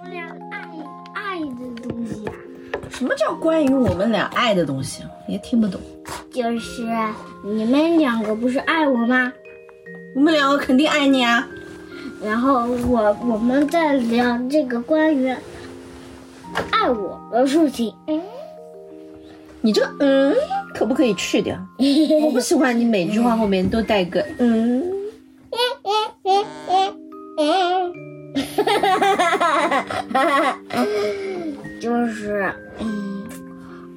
我俩爱爱的东西啊，什么叫关于我们俩爱的东西？也听不懂。就是你们两个不是爱我吗？我们两个肯定爱你啊！然后我我们在聊这个关于爱我的事情。 你这个嗯，可不可以去掉？我不喜欢你每句话后面都带个嗯。就是，嗯，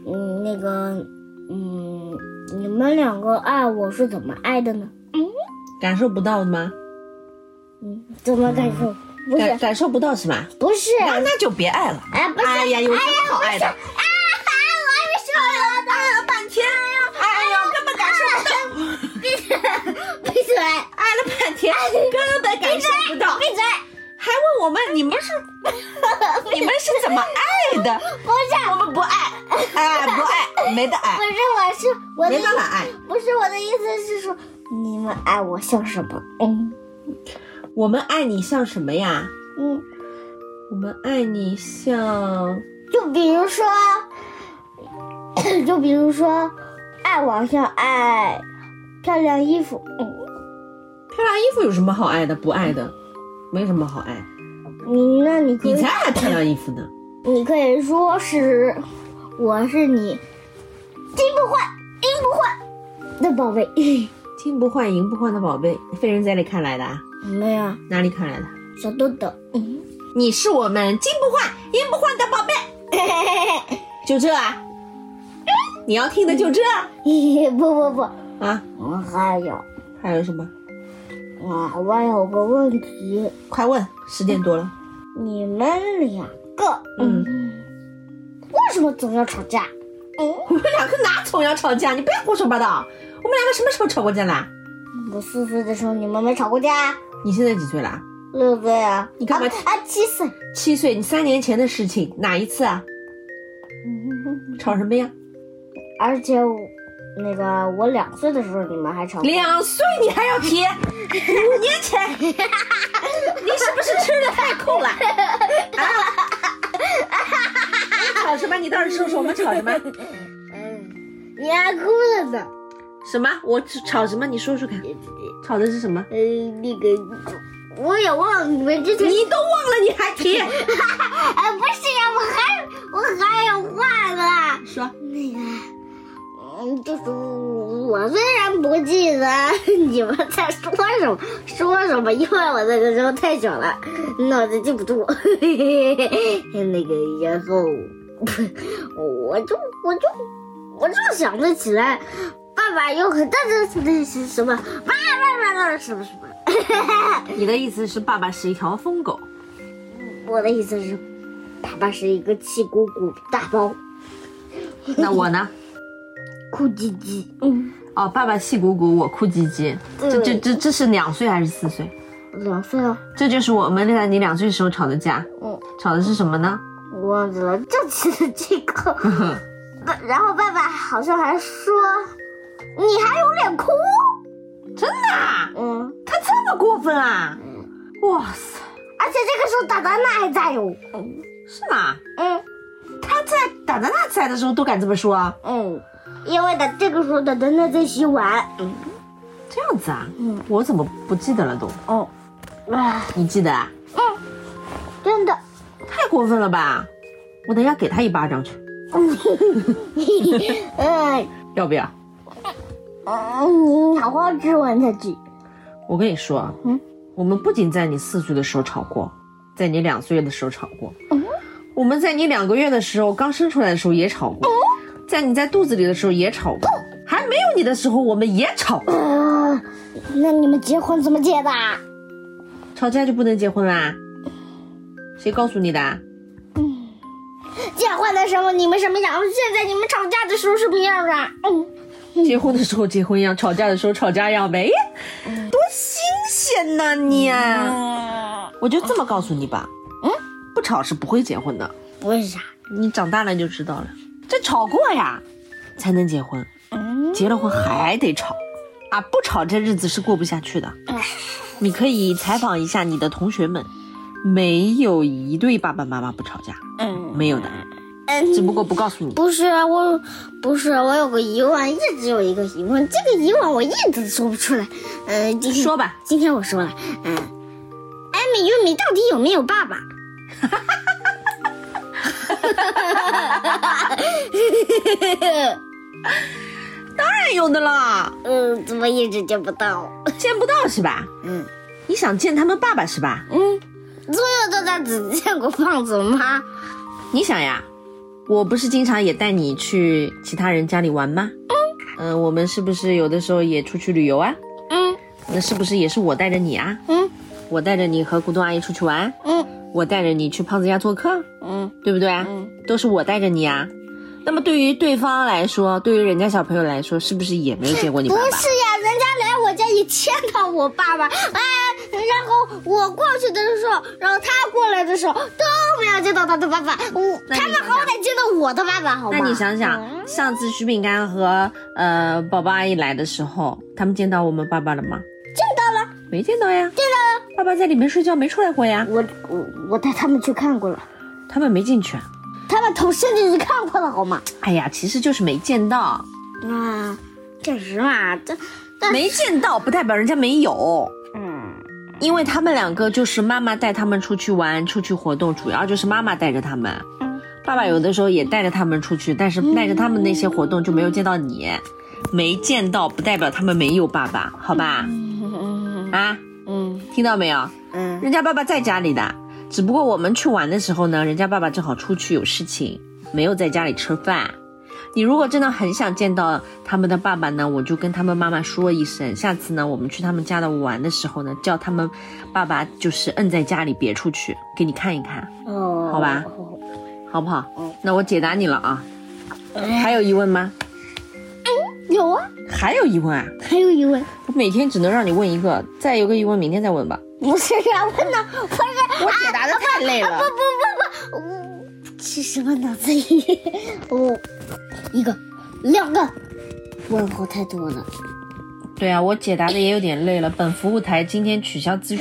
嗯，那个，嗯，你们两个爱我是怎么爱的呢？感受不到吗？嗯，怎么感受？不感是，感受不到是吧？不是，那那就别爱了。哎，不是，哎哎呀，有什么好爱的？我半天，哎呀，根本感受不到，还没说完，闭嘴，爱了半天，根本感受不到，闭嘴，还问我们你们是你们是怎么爱的？不是，我们不爱，哎，不爱，没得爱不，是，我是我的没意办法爱。不是我的意思是说，你们爱我像什么？嗯我们爱你像什么呀？嗯，我们爱你像，就比如说，就比如说，爱我像爱漂亮衣服。嗯，漂亮衣服有什么好爱的？不爱的，没什么好爱。你那你可你以才爱漂亮衣服呢。你可以说是我是你金不换银不换的宝贝。金不换银不换的宝贝，废人在里看来的啊？没有哪里看来的？小豆豆。嗯，你是我们金不换银不换的宝贝，就这啊？你要听的就这啊 不不不，啊？我还有还有什么？我我有个问题。快问，十点多了。你们两个，嗯，为什么总要吵架？嗯，我们两个哪总要吵架？你不要胡说八道。我们两个什么时候吵过架啦？我四岁的时候你们没吵过架，你现在几岁啦？六岁啊，你干嘛啊？啊，七岁。七岁，你三年前的事情哪一次啊？吵什么呀？而且我那个我两岁的时候你们还吵，两岁你还要提？五年前，你是不是吃的太空了？啊！你吵什么？你倒是说说我们吵什么？嗯，你还哭了呢。什么？我吵什么？你说说看，吵的是什么？嗯，那个我也忘了你们之前，你都忘了，你还提？哎，不是呀，我还我还有话呢。说，那个，嗯，就是我虽然不记得 你们在说什么说什么，因为我那个时候太小了，脑子记不住。 那个，然后我就我就我就想得起来，爸爸有很大的那是什么，爸爸爸爸什么什么。你的意思是爸爸是一条疯狗？我的意思是，爸爸是一个气鼓鼓大包，那我呢？哭唧唧。嗯，哦，爸爸气鼓鼓，我哭唧唧。这这对这这是两岁还是四岁？两岁了。这就是我们在你两岁时候吵的架，嗯。吵的是什么呢？我忘记了，就记得这 个。爸然后爸爸好像还说：“你还有脸哭真的啊？？”嗯，他这么过分啊！哇塞，而且这个时候达达娜还在哟。嗯是吗？嗯他在打达纳赛的时候都敢这么说啊？嗯，因为的这个时候达达娜在洗碗。嗯这样子啊？嗯，我怎么不记得了都？哦，嗯哇，你记得啊？真的，太过分了吧！我等一下给他一巴掌去，嗯要不要？嗯，你好好质问下去。我跟你说啊，嗯我们不仅在你四岁的时候吵过，在你两岁的时候吵过，嗯我们在你两个月的时候刚生出来的时候也吵过，嗯在你在肚子里的时候也吵过，还没有你的时候我们也吵过，啊，那你们结婚怎么结的？吵架就不能结婚啦？谁告诉你的啊？结婚的时候你们什么样？现在你们吵架的时候什么样啊？嗯。结婚的时候结婚样，吵架的时候吵架样呗，哎嗯多新鲜呐、你、啊我就这么告诉你吧，嗯，不吵是不会结婚的，为啥？你长大了就知道了。这吵过呀，才能结婚，嗯，结了婚还得吵，啊，嗯不吵这日子是过不下去的。你可以采访一下你的同学们，没有一对爸爸妈妈不吵架，嗯，没有的，嗯，只不过不告诉你。不是啊我，不是我有个疑问，一直有一个疑问，这个疑问我一直说不出来。嗯、今天说吧，今天我说了，嗯，艾米玉米到底有没有爸爸？当然有哎的啦，嗯，怎么一直见不到？见不到是吧？嗯你想见他们爸爸是吧？嗯，从小到大只见过胖子妈。你想呀，我不是经常也带你去其他人家里玩吗？嗯，呃，我们是不是有的时候也出去旅游啊？嗯那是不是也是我带着你啊？嗯我带着你和古董阿姨出去玩，嗯我带着你去胖子家做客，嗯对不对啊？嗯都是我带着你啊。那么对于对方来说，对于人家小朋友来说，是不是也没有见过你不爸爸？是呀，人家来我家也见到我爸爸，哎，然后我过去的时候，然后他过来的时候都没有见到他的爸爸，我那他你们想想好歹见到我的爸爸，好吗？那你想想，嗯上次徐饼干和呃宝宝阿姨来的时候，他们见到我们爸爸了吗？见到了，没见到呀。见到了。爸爸在里面睡觉，没出来过呀。我我我带他们去看过了，他们没进去。啊他们头伸进去看过了，好吗？哎呀，其实就是没见到，啊，确实啊嘛，这但没见到不代表人家没有。嗯因为他们两个就是妈妈带他们出去玩、出去活动，主要就是妈妈带着他们。嗯爸爸有的时候也带着他们出去，但是带着他们那些活动就没有见到你，没见到不代表他们没有爸爸，好吧？嗯啊，嗯听到没有？嗯人家爸爸在家里的，只不过我们去玩的时候呢，人家爸爸正好出去有事情，没有在家里吃饭。你如果真的很想见到他们的爸爸呢，我就跟他们妈妈说一声，下次呢我们去他们家的玩的时候呢，叫他们爸爸就是摁在家里别出去，给你看一看，哦，好吧好不好？那我解答你了啊。嗯还有疑问吗？有啊，还有疑问啊？还有一位。我每天只能让你问一个，再有个疑问明天再问吧。不是啊，我脑我是我解答的太累啊不了。不不不，我是什么脑子里？我一个两个问候太多 了。对啊，我解答的也有点累了。本服务台今天取消咨询。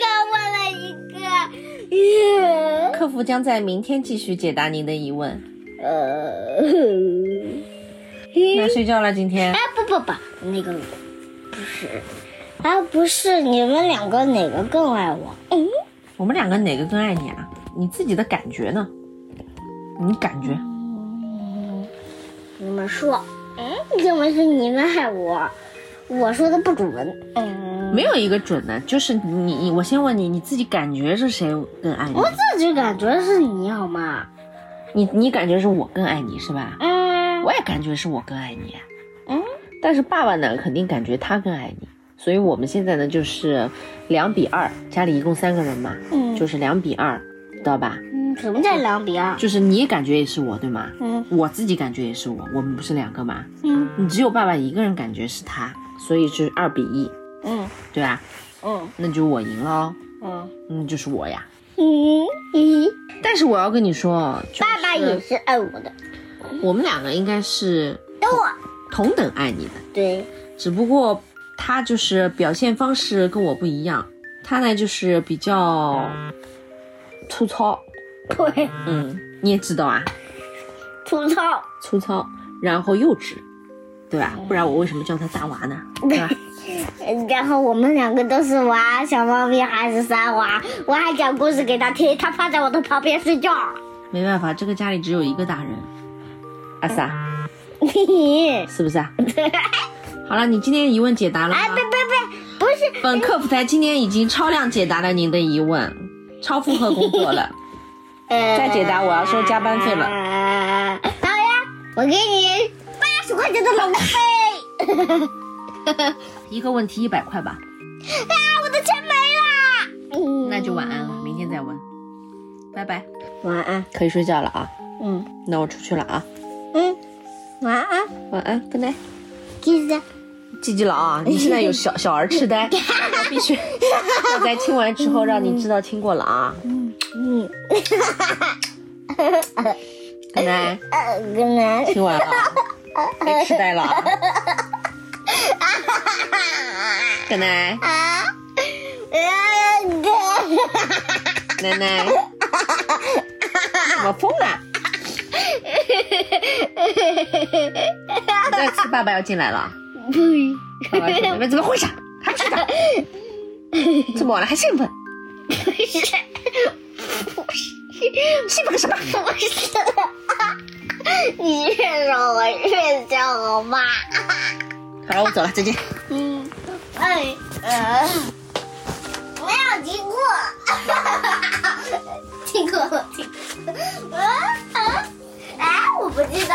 刚问了一个，客服将在明天继续解答您的疑问。 呃，那睡觉了，今天哎不不不，那个不是。啊，不是，你们两个哪个更爱我？嗯，我们两个哪个更爱你啊？你自己的感觉呢？你感觉？你们说，嗯，认为是你们爱我，我说的不准。嗯，没有一个准的，就是你，你我先问你，你自己感觉是谁更爱你我？自己感觉是你好吗？你你感觉是我更爱你是吧？嗯我也感觉是我更爱你，啊嗯但是爸爸呢，肯定感觉他更爱你。所以我们现在呢，就是两比二，家里一共三个人嘛，嗯就是两比二，知道吧？嗯，什么叫两比二？就是你感觉也是我，对吗？嗯我自己感觉也是我，我们不是两个嘛？嗯你只有爸爸一个人感觉是他，所以是二比一，嗯对吧？嗯那就我赢了哦，嗯嗯，就是我呀。嗯嗯，但是我要跟你说，就是爸爸也是爱我的，我们两个应该是等我。同等爱你的，对，只不过他就是表现方式跟我不一样，他呢就是比较粗糙，对，嗯，你也知道啊，粗糙。粗糙，然后幼稚，对吧？嗯不然我为什么叫他大娃呢？对吧？然后我们两个都是娃，小猫咪还是三娃，我还讲故事给他听，他趴在我的旁边睡觉。 没办法，这个家里只有一个大人，阿三嘿嘿， 是不是啊？好了，你今天疑问解答了吗哎，？别别别，不是，本客服台今天已经超量解答了您的疑问，超负荷工作了。呃，再解答我要收加班费了。了。导演，我给你八十块钱的笼费。 一个问题一百块啊吧，我的钱没了。那就晚安了，明天再问，拜拜，晚安。可以睡觉了啊。嗯那我出去了啊，嗯，晚安嗯啊晚安，good night， ，kiss。记记了 啊。你现在有小小儿痴 呆，我必须要在亲完之后让你知道亲过了啊。嗯，嗯 good night，呃，good night。亲完了 啊，别痴呆了 啊。good night。啊，呃，good。奶奶，我疯啊了！再次爸爸要进来了，呸！爸爸说你们怎么回事？还不睡着？这么晚了还兴奋？不是，兴奋个什么？不是， 你越说我越想我妈。好了，我走了，再见。嗯，哎，呃，没有听过， 听呃哎过了，听过了，啊啊啊！我不记得。